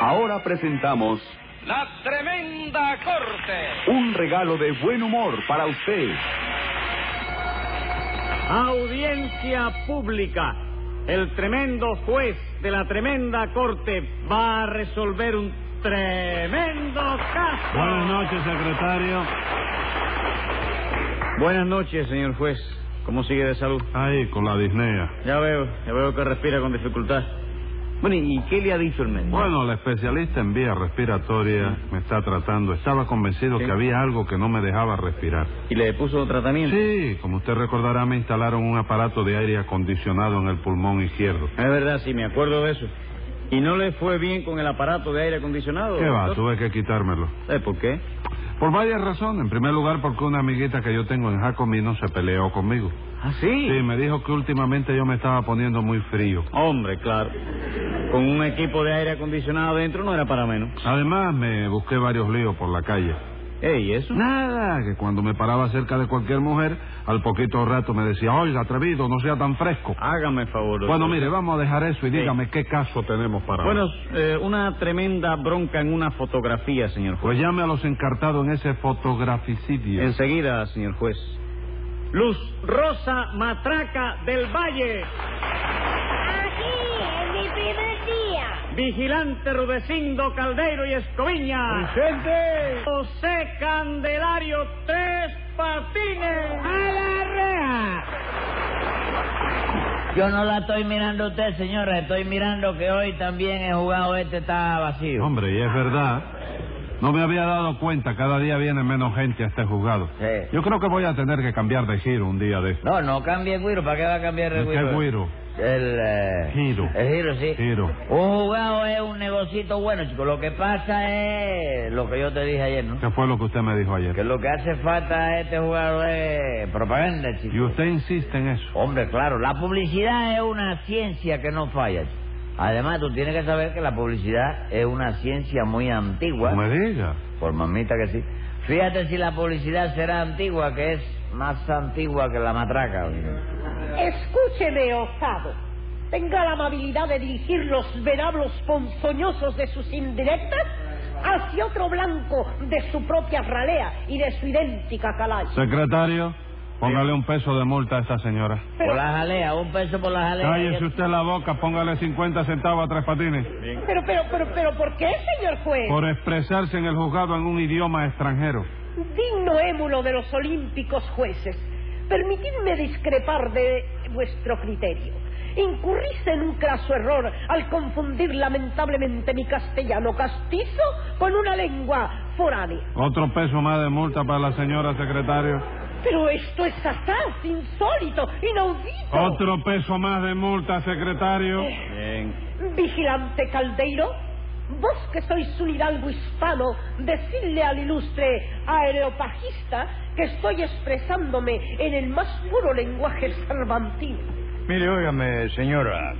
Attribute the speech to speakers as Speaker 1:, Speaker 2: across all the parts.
Speaker 1: Ahora presentamos
Speaker 2: La tremenda corte.
Speaker 1: un regalo de buen humor para usted.
Speaker 3: Audiencia pública. El tremendo juez de la tremenda corte va a resolver un tremendo caso.
Speaker 4: Buenas noches, secretario.
Speaker 3: Buenas noches, señor juez. ¿Cómo sigue de salud?
Speaker 4: Ahí, con la disnea.
Speaker 3: Ya veo, ya veo que respira con dificultad. Bueno, ¿y qué le ha dicho el médico?
Speaker 4: Bueno, la especialista en vía respiratoria me está tratando. Estaba convencido
Speaker 3: Sí.
Speaker 4: que había algo que no me dejaba respirar.
Speaker 3: ¿Y le puso tratamiento?
Speaker 4: Sí, como usted recordará, me instalaron un aparato de aire acondicionado en el pulmón izquierdo.
Speaker 3: Es verdad, sí, me acuerdo de eso. ¿Y no le fue bien con el aparato de aire acondicionado?
Speaker 4: ¿Qué va?
Speaker 3: doctor?
Speaker 4: Tuve que quitármelo.
Speaker 3: ¿Sabe por qué?
Speaker 4: Por varias razones. En primer lugar, porque una amiguita que yo tengo en Jacomino se peleó conmigo.
Speaker 3: ¿Ah,
Speaker 4: Sí, me dijo que últimamente yo me estaba poniendo muy frío.
Speaker 3: Hombre, claro. Con un equipo de aire acondicionado dentro no era para menos.
Speaker 4: Además, me busqué varios líos por la calle.
Speaker 3: Ey, ¿y eso?
Speaker 4: Nada, que cuando me paraba cerca de cualquier mujer, al poquito rato me decía, oiga, atrevido, no sea tan fresco.
Speaker 5: Ah,
Speaker 3: Hágame favor. doctor.
Speaker 4: Bueno, mire, vamos a dejar eso y
Speaker 3: Sí.
Speaker 4: dígame qué caso tenemos para
Speaker 3: Bueno,
Speaker 4: hoy.
Speaker 3: eh, una tremenda bronca en una fotografía, señor juez.
Speaker 4: Pues llame a los encartados en ese fotograficidio.
Speaker 3: Enseguida, señor juez. Luz Rosa Matraca del Valle,
Speaker 6: Aquí, en mi primer día.
Speaker 3: Vigilante Rudecindo Caldeiro y Escoviña. José Candelario Tres Patines.
Speaker 5: Yo no la estoy mirando a usted, señora. Estoy mirando que hoy también el jugado este está vacío.
Speaker 4: Hombre, y es verdad. No me había dado cuenta, cada día viene menos gente a este juzgado.
Speaker 5: Sí.
Speaker 4: Yo creo que voy a tener que cambiar de giro un día de
Speaker 5: No, no cambie el güiro. ¿Para qué va a cambiar
Speaker 4: ¿De
Speaker 5: el
Speaker 4: qué
Speaker 5: güiro?
Speaker 4: güiro?
Speaker 5: El... eh,
Speaker 4: Giro.
Speaker 5: El giro, sí.
Speaker 4: Giro.
Speaker 5: Un jugado es un negocito bueno, chico. Lo que pasa es lo que yo te dije ayer, ¿no?
Speaker 4: ¿Qué fue lo que usted me dijo
Speaker 5: Que
Speaker 4: ayer?
Speaker 5: lo que hace falta a este jugador es propaganda, chico.
Speaker 4: Y usted insiste en eso.
Speaker 5: Hombre, claro, la publicidad es una ciencia que no falla. chico. Además, tú tienes que saber que la publicidad es una ciencia muy antigua.
Speaker 4: No me diga.
Speaker 5: Por mamita que sí. Fíjate si la publicidad será antigua, que es más antigua que la matraca. oye.
Speaker 7: Escúcheme, Osado. Tenga la amabilidad de dirigir los venablos ponzoñosos de sus indirectas hacia otro blanco de su propia ralea y de su idéntica calaña.
Speaker 4: Secretario, póngale un peso de multa a esta señora.
Speaker 5: Por la jalea, un peso por la jalea.
Speaker 4: Cállese usted la boca, póngale 50 centavos a Tres Patines
Speaker 7: Pero, pero, pero, pero, ¿por qué, señor juez?
Speaker 4: por expresarse en el juzgado en un idioma extranjero.
Speaker 7: Digno émulo de los olímpicos jueces. Permitidme discrepar de vuestro criterio. Incurrís en un craso error al confundir lamentablemente mi castellano castizo con una lengua foránea.
Speaker 4: Otro peso más de multa para la señora secretario.
Speaker 7: Pero esto es asaz, insólito, inaudito.
Speaker 4: Otro peso más de multa, secretario.
Speaker 3: Bien.
Speaker 7: Vigilante Caldeiro, vos que sois un hidalgo hispano, decidle al ilustre aeropagista que estoy expresándome en el más puro lenguaje cervantino.
Speaker 8: Mire, óigame, señora,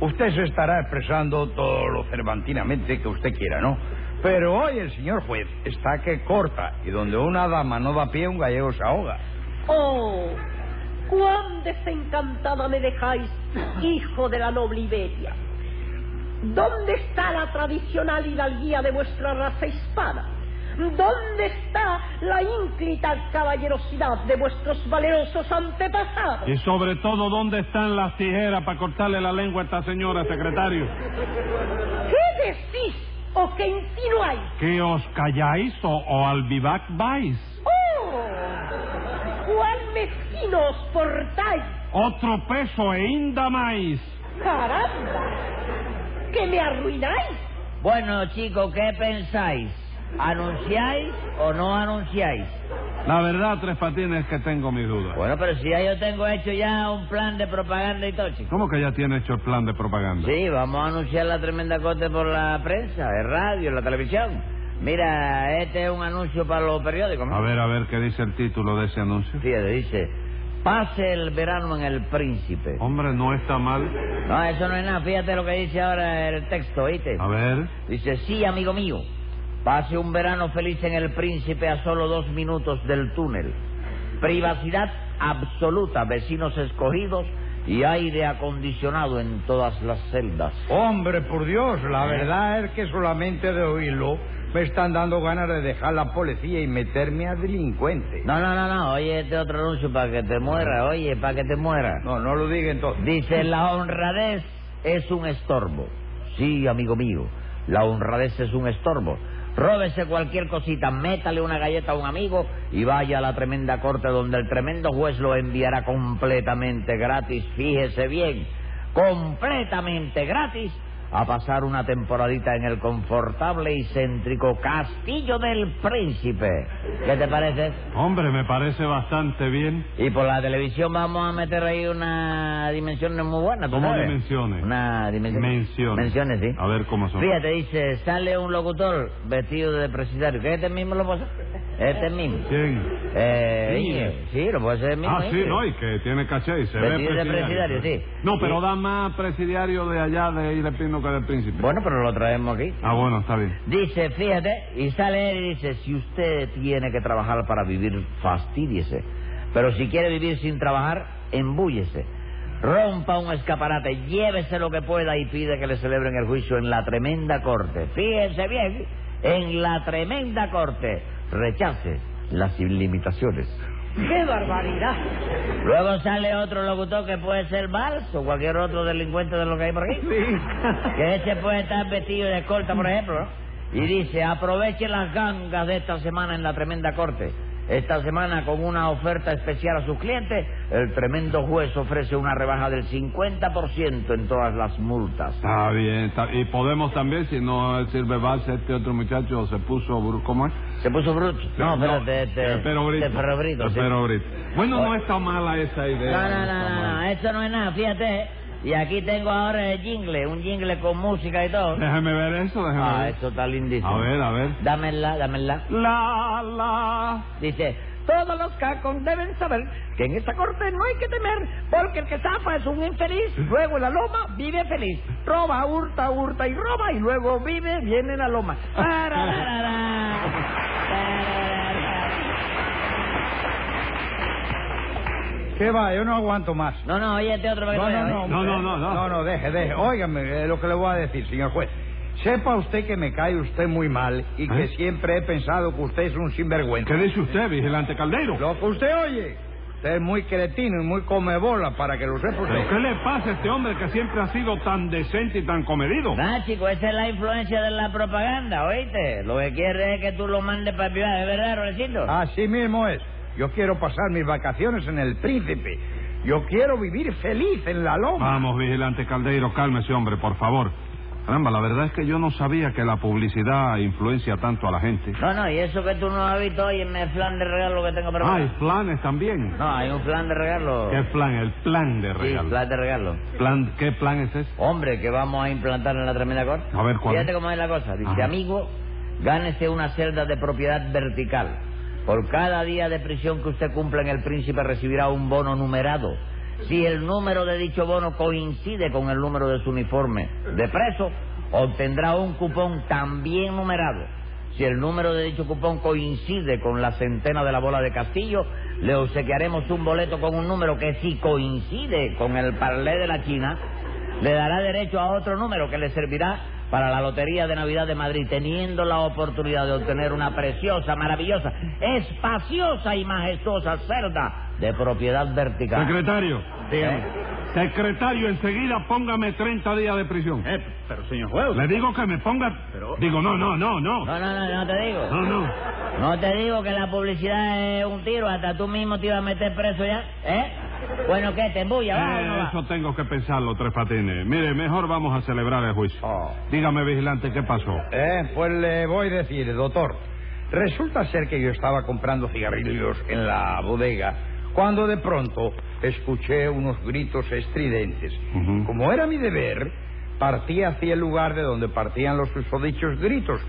Speaker 8: usted se estará expresando todo lo cervantinamente que usted quiera, ¿no? Pero hoy el señor juez está que corta y donde una dama no da pie, un gallego se ahoga.
Speaker 7: Oh, cuán desencantada me dejáis, hijo de la noble Iberia. ¿Dónde está la tradicional hidalguía de vuestra raza hispana? ¿Dónde está la ínclita caballerosidad de vuestros valerosos antepasados?
Speaker 4: Y sobre todo, ¿dónde están las tijeras para cortarle la lengua a esta señora, secretario?
Speaker 7: ¿Qué decís o qué insinuáis?
Speaker 4: ¿Que os calláis o, o al vivac vais?
Speaker 7: ¡Oh! ¡Cuán mezquinos os portáis!
Speaker 4: Otro peso e inda más.
Speaker 7: ¡Caramba! ¡Que me arruináis!
Speaker 5: Bueno, chicos, ¿qué pensáis? ¿Anunciáis o no anunciáis?
Speaker 4: La verdad, Tres Patines, es que tengo mis dudas.
Speaker 5: Bueno, pero si ya yo tengo hecho ya un plan de propaganda y todo, chicos.
Speaker 4: ¿Cómo que ya tiene hecho el plan de propaganda?
Speaker 5: Sí, vamos a anunciar la tremenda corte por la prensa, el radio, la televisión. Mira, este es un anuncio para los periódicos. ¿no?
Speaker 4: A ver, a ver, ¿qué dice el título de ese anuncio?
Speaker 5: Fíjate, dice, pase el verano en el príncipe.
Speaker 4: Hombre, no está mal.
Speaker 5: No, eso no es nada. Fíjate lo que dice ahora el texto, ¿oíste?
Speaker 4: A ver.
Speaker 5: Dice, sí, amigo mío, pase un verano feliz en el príncipe a solo dos minutos del túnel. Privacidad absoluta, vecinos escogidos
Speaker 9: y aire acondicionado en todas las celdas.
Speaker 5: Hombre, por Dios, la verdad es que solamente de oírlo me están dando ganas de dejar la policía y meterme a delincuente.
Speaker 9: No, no, no, no, oye este otro anuncio para que te muera, oye, para que te muera.
Speaker 5: No, no lo diga entonces.
Speaker 9: Dice, la honradez es un estorbo. Sí, amigo mío, la honradez es un estorbo. Róbese cualquier cosita, métale una galleta a un amigo y vaya a la tremenda corte donde el tremendo juez lo enviará completamente gratis, fíjese bien, completamente gratis a pasar una temporadita en el confortable y céntrico Castillo del Príncipe. ¿Qué te parece?
Speaker 4: Hombre, me parece bastante bien.
Speaker 9: Y por la televisión vamos a meter ahí una dimensión no muy buena. ¿tú
Speaker 4: ¿Cómo
Speaker 9: sabes?
Speaker 4: dimensiones?
Speaker 9: Una dimensión.
Speaker 4: Menciones.
Speaker 9: Menciones, sí.
Speaker 4: A ver cómo son.
Speaker 9: Fíjate, dice, sale un locutor vestido de presidiario. ¿Qué este mismo lo pasa? Este mismo.
Speaker 4: ¿Quién?
Speaker 9: Eh,
Speaker 4: Sí.
Speaker 9: Íñigo. sí, lo puede hacer el mismo.
Speaker 4: Ah, sí,
Speaker 9: Íñigo.
Speaker 4: no, y que tiene caché y se ve
Speaker 9: Vestido de ¿eh? presidiario, sí.
Speaker 4: No, pero
Speaker 9: Sí.
Speaker 4: da más presidiario de allá de Ile Pino que del príncipe.
Speaker 9: Bueno, pero lo traemos aquí.
Speaker 4: Ah, bueno, está bien.
Speaker 9: Dice, fíjate, y sale él y dice, si usted tiene que trabajar para vivir, fastidiese. Pero si quiere vivir sin trabajar, embúllese. Rompa un escaparate, llévese lo que pueda y pide que le celebren el juicio en la tremenda corte. Fíjense bien, en la tremenda corte. Rechace las limitaciones.
Speaker 7: ¡Qué barbaridad!
Speaker 9: Luego sale otro locutor que puede ser Valls o cualquier otro delincuente de lo que hay por aquí. Que ese puede estar vestido de escolta, por ejemplo, ¿no? Y dice, aproveche las gangas de esta semana en la tremenda corte. Esta semana, con una oferta especial a sus clientes, el tremendo juez ofrece una rebaja del 50% en todas las multas.
Speaker 4: Está bien, está- y podemos también, si no sirve base, este otro muchacho se puso, bru- ¿cómo es?
Speaker 9: ¿Se puso bruto? No, espérate, este...
Speaker 4: eh, pero brito.
Speaker 9: este ferrobrito,
Speaker 4: Eh,
Speaker 9: sí.
Speaker 4: pero brito. Bueno, no
Speaker 9: Oye.
Speaker 4: está mala esa idea.
Speaker 9: No, no, no,
Speaker 4: está
Speaker 9: no, no,
Speaker 4: mala.
Speaker 9: eso no es nada, fíjate. Y aquí tengo ahora el jingle, un jingle con música y todo.
Speaker 4: Déjeme ver eso, déjeme
Speaker 9: Ah,
Speaker 4: ver.
Speaker 9: eso está lindísimo.
Speaker 4: A ver, a ver.
Speaker 9: Dámela, dámela.
Speaker 4: La, la.
Speaker 9: Dice,
Speaker 7: Todos los cacos deben saber que en esta corte no hay que temer, porque el que zafa es un infeliz, luego en la loma vive feliz. Roba, hurta, hurta y roba, y luego vive bien en la loma.
Speaker 5: ¿Qué va? Yo no aguanto más.
Speaker 9: no, no, oye este otro para que
Speaker 5: No,
Speaker 9: te
Speaker 5: no,
Speaker 9: vea,
Speaker 5: no.
Speaker 9: ¿eh?
Speaker 4: No, no, no, no.
Speaker 5: no. No, deje, deje. Óigame eh, lo que le voy a decir, señor juez. Sepa usted que me cae usted muy mal y que
Speaker 4: ¿Eh?
Speaker 5: siempre he pensado que usted es un sinvergüenza.
Speaker 4: ¿Qué dice usted, vigilante Caldero?
Speaker 5: Lo que usted oye. Usted es muy cretino y muy come bola para que lo sepa usted.
Speaker 4: ¿Pero qué le pasa a este hombre que siempre ha sido tan decente y tan comedido?
Speaker 9: Ah, chico, esa es la influencia de la propaganda, ¿oíste? Lo que quiere es que tú lo mandes para privado, ¿es verdad, Rolecito?
Speaker 4: Ah.
Speaker 5: Así mismo es. Yo quiero pasar mis vacaciones en el Príncipe. Yo quiero vivir feliz en la loma.
Speaker 4: Vamos, vigilante Caldeiro, cálmese, hombre, por favor. Caramba, la verdad es que yo no sabía que la publicidad influencia tanto a la gente.
Speaker 9: No, no, y eso que tú no has visto, oye, me flan de regalo que tengo para
Speaker 4: Ah, y flanes también.
Speaker 9: No, hay un flan de regalo.
Speaker 4: ¿Qué plan? El plan de
Speaker 9: Sí,
Speaker 4: regalo.
Speaker 9: flan de regalo.
Speaker 4: Plan- ¿Qué plan es ese?
Speaker 9: Hombre, que vamos a implantar en la tremenda corte.
Speaker 4: A ver, ¿cuál
Speaker 9: Fíjate
Speaker 4: es?
Speaker 9: cómo es la cosa. Dice,
Speaker 4: Ajá.
Speaker 9: amigo, gánese una celda de propiedad vertical. Por cada día de prisión que usted cumpla en el príncipe recibirá un bono numerado. Si el número de dicho bono coincide con el número de su uniforme de preso, obtendrá un cupón también numerado. Si el número de dicho cupón coincide con la centena de la bola de Castillo, le obsequiaremos un boleto con un número que si coincide con el parlé de la China, le dará derecho a otro número que le servirá para la Lotería de Navidad de Madrid, teniendo la oportunidad de obtener una preciosa, maravillosa, espaciosa y majestuosa celda de propiedad vertical. ¿Eh?
Speaker 4: Secretario.
Speaker 9: Dígame.
Speaker 4: Secretario, enseguida póngame 30 días de prisión.
Speaker 3: Eh, pero señor juez,
Speaker 4: Le digo que me ponga...
Speaker 3: Pero-
Speaker 4: Digo, no, no, no, no.
Speaker 9: No, no, no, no te digo.
Speaker 4: No, no.
Speaker 9: No te digo que la publicidad es un tiro, hasta tú mismo te ibas a meter preso ya, ¿eh? Bueno, ¿qué? ¿Te embulla? ¿Va o no
Speaker 4: Eh,
Speaker 9: va?
Speaker 4: eso tengo que pensarlo, Tres Patines. Mire, mejor vamos a celebrar el juicio.
Speaker 5: Oh.
Speaker 4: Dígame, vigilante, ¿qué pasó?
Speaker 5: Eh, pues le voy a decir, doctor. Resulta ser que yo estaba comprando cigarrillos en la bodega cuando de pronto escuché unos gritos estridentes.
Speaker 4: Ujú.
Speaker 5: Como era mi deber, partí hacia el lugar de donde partían los susodichos gritos,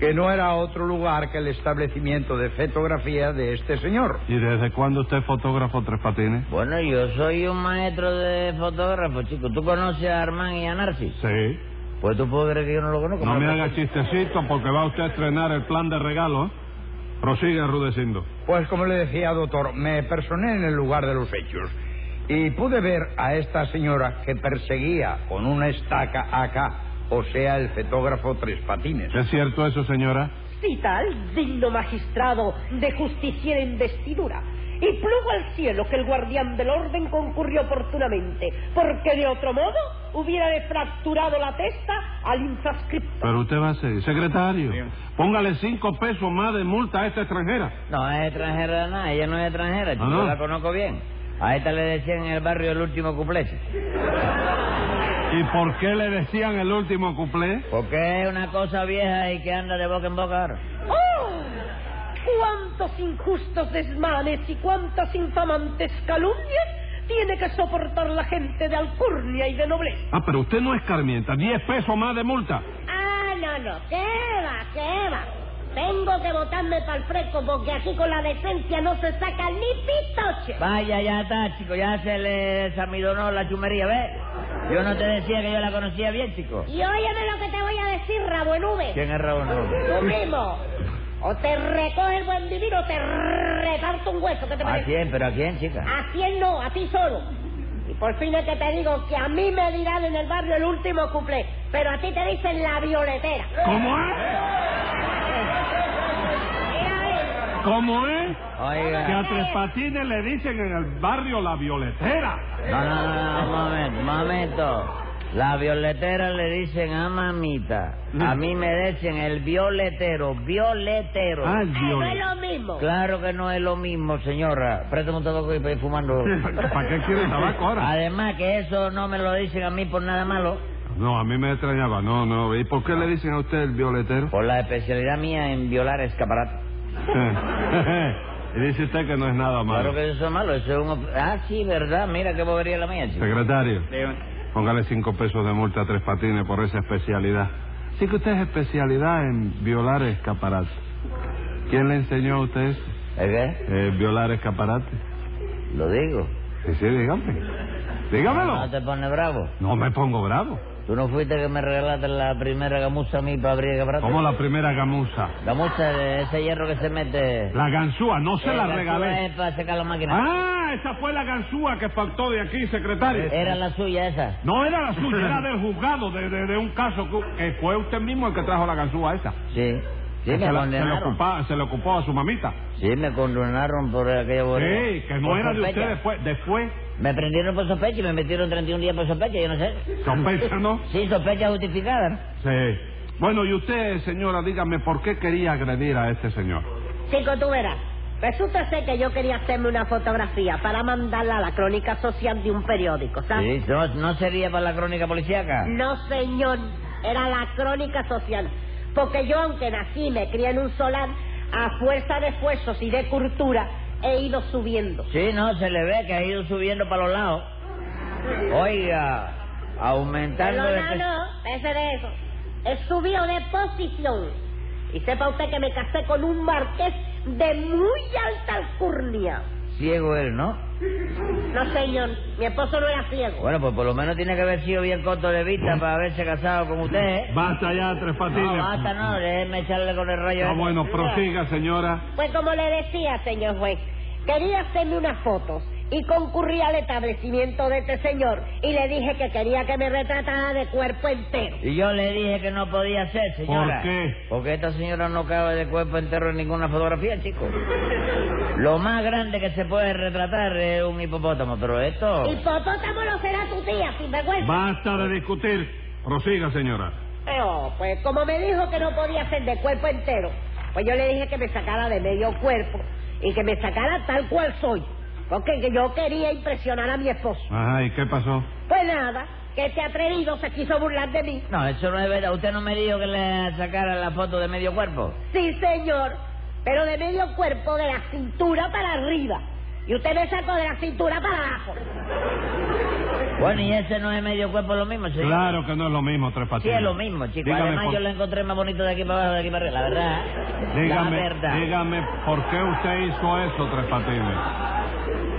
Speaker 5: que no era otro lugar que el establecimiento de fotografía de este señor.
Speaker 4: ¿Y desde cuándo usted es fotógrafo, Tres Patines?
Speaker 9: Bueno, yo soy un maestro de fotógrafo, chico. ¿Tú conoces a Armán y a Narcis?
Speaker 4: Sí.
Speaker 9: Pues tú puedes creer que yo no lo conozco.
Speaker 4: No
Speaker 9: pero-
Speaker 4: me haga chistecito porque va usted a estrenar el plan de regalo, ¿eh? Prosigue arrudeciendo.
Speaker 5: Pues como le decía, doctor, me personé en el lugar de los hechos y pude ver a esta señora que perseguía con una estaca acá, o sea, el fetógrafo Tres Patines.
Speaker 4: ¿Es cierto eso, señora?
Speaker 7: Si tal digno magistrado de justiciera en vestidura. Y plugo al cielo que el guardián del orden concurrió oportunamente, porque de otro modo hubiera fracturado la testa al infrascripto.
Speaker 4: Pero usted va a ser secretario.
Speaker 5: Bien.
Speaker 4: Póngale cinco pesos más de multa a esta extranjera.
Speaker 9: No es extranjera de nada, ella no es extranjera,
Speaker 4: Ah,
Speaker 9: yo
Speaker 4: ¿no?
Speaker 9: la conozco bien. A esta le decían en el barrio el último cuplete.
Speaker 4: ¿Y por qué le decían el último cuplé?
Speaker 9: Porque es una cosa vieja y que anda de boca en boca ahora.
Speaker 7: ¡Oh! ¡Cuántos injustos desmanes y cuántas infamantes calumnias tiene que soportar la gente de alcurnia y de nobleza!
Speaker 4: Ah, pero usted no es carmienta. Diez pesos más de multa.
Speaker 6: Ah, no, no. ¿Qué va? ¿Qué va? Tengo que botarme para el fresco porque aquí con la decencia no se saca ni pitoche.
Speaker 9: Vaya, ya está, chico, ya se le desamidonó la chumería, ¿ves? Yo no te decía que yo la conocía bien, chico.
Speaker 6: Y óyeme lo que te voy a decir, rabo en V.
Speaker 9: ¿Quién es Raúl? No?
Speaker 6: Tú mismo. O te recoge el buen vivir o te reparto un hueso. ¿Qué te
Speaker 9: ¿A
Speaker 6: parece?
Speaker 9: quién? ¿Pero a quién, chica?
Speaker 6: A cien no, a ti solo. Y por fin es que te digo que a mí me dirán en el barrio el último cumple, pero a ti te dicen la violetera.
Speaker 4: ¿Cómo es? ¿Cómo es? Que
Speaker 9: Oiga.
Speaker 4: a Tres Patines le dicen en el barrio la violetera.
Speaker 9: No, no, no, no, un momento, un momento. La violetera le dicen a mamita. A mí me dicen el violetero, violetero.
Speaker 4: Ah, el
Speaker 6: Eh, no es
Speaker 4: violetero.
Speaker 6: lo mismo.
Speaker 9: Claro que no es lo mismo, señora. Préstame un tabaco y voy fumando.
Speaker 4: ¿Para qué quiere tabaco ahora?
Speaker 9: Además que eso no me lo dicen a mí por nada malo.
Speaker 4: No, a mí me extrañaba. No, no. ¿Y por qué le dicen a usted el violetero?
Speaker 9: Por la especialidad mía en violar escaparates.
Speaker 4: y dice usted que no es nada malo.
Speaker 9: Claro que eso es malo, eso es un... op- Ah, sí, verdad, mira qué bobería la mía, chico.
Speaker 4: Secretario, póngale cinco pesos de multa a Tres Patines por esa especialidad. Sí que usted es especialidad en violar escaparates. ¿Quién le enseñó a usted eso?
Speaker 9: ¿El qué?
Speaker 4: Eh, violar escaparates.
Speaker 9: Lo digo. Ah,
Speaker 4: Sí, sí, dígame.
Speaker 9: No
Speaker 4: Dígamelo.
Speaker 9: te pones bravo.
Speaker 4: No me pongo bravo.
Speaker 9: ¿Tú no fuiste que me regalaste la primera gamuza a mí para abrir escaparate?
Speaker 4: Como la primera gamuza.
Speaker 9: Gamuza, de ese hierro que se mete...
Speaker 4: La ganzúa, no se
Speaker 9: Eh,
Speaker 4: la
Speaker 9: gamuza
Speaker 4: regalé.
Speaker 9: es para secar la máquina.
Speaker 4: Ah, esa fue la ganzúa que faltó de aquí, secretario.
Speaker 9: Era la suya esa.
Speaker 4: No era la suya, era del juzgado, de, de- de un caso que que fue usted mismo el que trajo la ganzúa esa.
Speaker 9: Sí. Sí,
Speaker 4: Que Ah, se,
Speaker 9: me
Speaker 4: la- se le
Speaker 9: condenaron.
Speaker 4: ocupaba- se le ocupó a su mamita.
Speaker 9: Sí, me condenaron por aquella bobería.
Speaker 4: Sí, que no
Speaker 9: Por
Speaker 4: era de
Speaker 9: sospecha.
Speaker 4: usted después. Después,
Speaker 9: Me prendieron por sospecha y me metieron 31 días por sospecha, yo no sé.
Speaker 4: sospecha, ¿no?
Speaker 9: Sí, sospecha justificada. ¿no?
Speaker 4: Sí. Bueno, y usted, señora, dígame, ¿por qué quería agredir a este señor?
Speaker 6: Chico, tú verás. Resulta ser que yo quería hacerme una fotografía para mandarla a la crónica social de un periódico, ¿sabes?
Speaker 9: Sí, no, no sería para la crónica policíaca.
Speaker 6: No, señor. Era la crónica social. Porque yo, aunque nací y me crié en un solar, a fuerza de esfuerzos y de cultura, he ido subiendo.
Speaker 9: Sí, no, se le ve que ha ido subiendo para los lados. Oiga, aumentando de
Speaker 6: Perdona,
Speaker 9: pe-
Speaker 6: no, ese de eso. He subido de posición. Y sepa usted que me casé con un marqués de muy alta alcurnia.
Speaker 9: ciego él, ¿no?
Speaker 6: No, señor, mi esposo no era ciego.
Speaker 9: Bueno, pues por lo menos tiene que haber sido bien corto de vista para haberse casado con usted. ¿eh?
Speaker 4: Basta ya, Tres Patines.
Speaker 9: No, basta, no, déjeme echarle con el rayo.
Speaker 4: Ah,
Speaker 9: ese.
Speaker 4: bueno, prosiga, señora.
Speaker 6: Pues como le decía, señor juez, quería hacerme unas fotos y concurrí al establecimiento de este señor y le dije que quería que me retratara de cuerpo entero.
Speaker 9: Y yo le dije que no podía ser, señora.
Speaker 4: ¿Por qué?
Speaker 9: Porque esta señora no cabe de cuerpo entero en ninguna fotografía, chico. Lo más grande que se puede retratar es un hipopótamo, pero esto...
Speaker 6: Hipopótamo no será tu tía, sinvergüenza.
Speaker 4: Basta de discutir. Prosiga, señora.
Speaker 6: Pero, pues como me dijo que no podía ser de cuerpo entero, pues yo le dije que me sacara de medio cuerpo y que me sacara tal cual soy, porque que yo quería impresionar a mi esposo.
Speaker 4: Ajá, ¿y qué pasó?
Speaker 6: Pues nada, que este atrevido se quiso burlar de mí.
Speaker 9: No, eso no es verdad. Usted no me dijo que le sacara la foto de medio cuerpo.
Speaker 6: Sí, señor, pero de medio cuerpo, de la cintura para arriba. Y usted me sacó de la cintura para abajo.
Speaker 9: Bueno, y ese no es medio cuerpo lo mismo, señor.
Speaker 4: Claro que no es lo mismo, Tres
Speaker 9: Sí,
Speaker 4: Patines.
Speaker 9: es lo mismo, chico.
Speaker 4: Dígame
Speaker 9: Además,
Speaker 4: por-
Speaker 9: yo lo encontré más bonito de aquí para abajo, de aquí para arriba. La verdad. ¿eh?
Speaker 4: Dígame,
Speaker 9: la verdad.
Speaker 4: dígame, ¿por qué usted hizo eso, Tres Patines?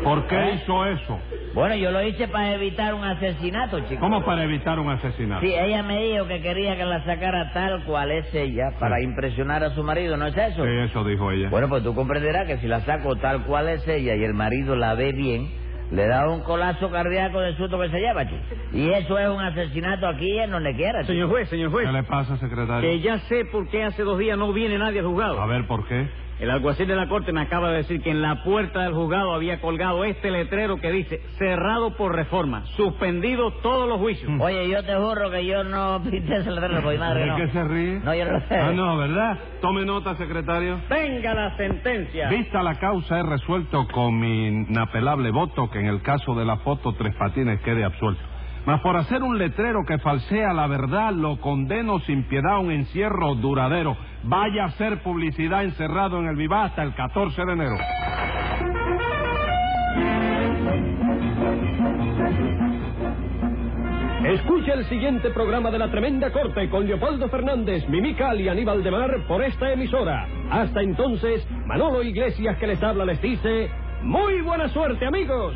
Speaker 4: ¿Por qué
Speaker 9: ¿Eh?
Speaker 4: hizo eso?
Speaker 9: Bueno, yo lo hice para evitar un asesinato, chico.
Speaker 4: ¿Cómo para evitar un asesinato?
Speaker 9: Sí, ella me dijo que quería que la sacara tal cual es ella para
Speaker 4: Sí.
Speaker 9: impresionar a su marido, ¿no es eso?
Speaker 4: Sí, eso dijo ella.
Speaker 9: Bueno, pues tú comprenderás que si la saco tal cual es ella y el marido la ve bien, Le da un colapso cardíaco del susto que se lleva, chico. Y eso es un asesinato aquí en donde quiera, chico.
Speaker 5: Señor juez, señor
Speaker 4: ¿Qué
Speaker 9: pues,
Speaker 5: juez,
Speaker 4: le pasa,
Speaker 5: que
Speaker 4: secretario?
Speaker 5: ya sé por qué hace dos días no viene nadie al juzgado.
Speaker 4: A ver, ¿por qué?
Speaker 5: El alguacil de la corte me acaba de decir que en la puerta del juzgado había colgado este letrero que dice cerrado por reforma, suspendido todos los juicios.
Speaker 9: Oye, yo te juro que yo no pinté ese letrero por mi madre.
Speaker 4: ¿De
Speaker 9: no.
Speaker 4: qué se ríe?
Speaker 9: No, yo no lo sé.
Speaker 4: Ah, no, ¿verdad? Tome nota, secretario.
Speaker 5: Venga la sentencia.
Speaker 4: Vista la causa, he resuelto con mi inapelable voto que en el caso de la foto Tres Patines quede absuelto. Mas por hacer un letrero que falsea la verdad, lo condeno sin piedad a un encierro duradero. Vaya a hacer publicidad encerrado en el Vivá hasta el 14 de enero.
Speaker 10: Escucha el siguiente programa de La Tremenda Corte con Leopoldo Fernández, Mimical y Aníbal de Mar por esta emisora. Hasta entonces, Manolo Iglesias que les habla les dice, ¡Muy buena suerte amigos!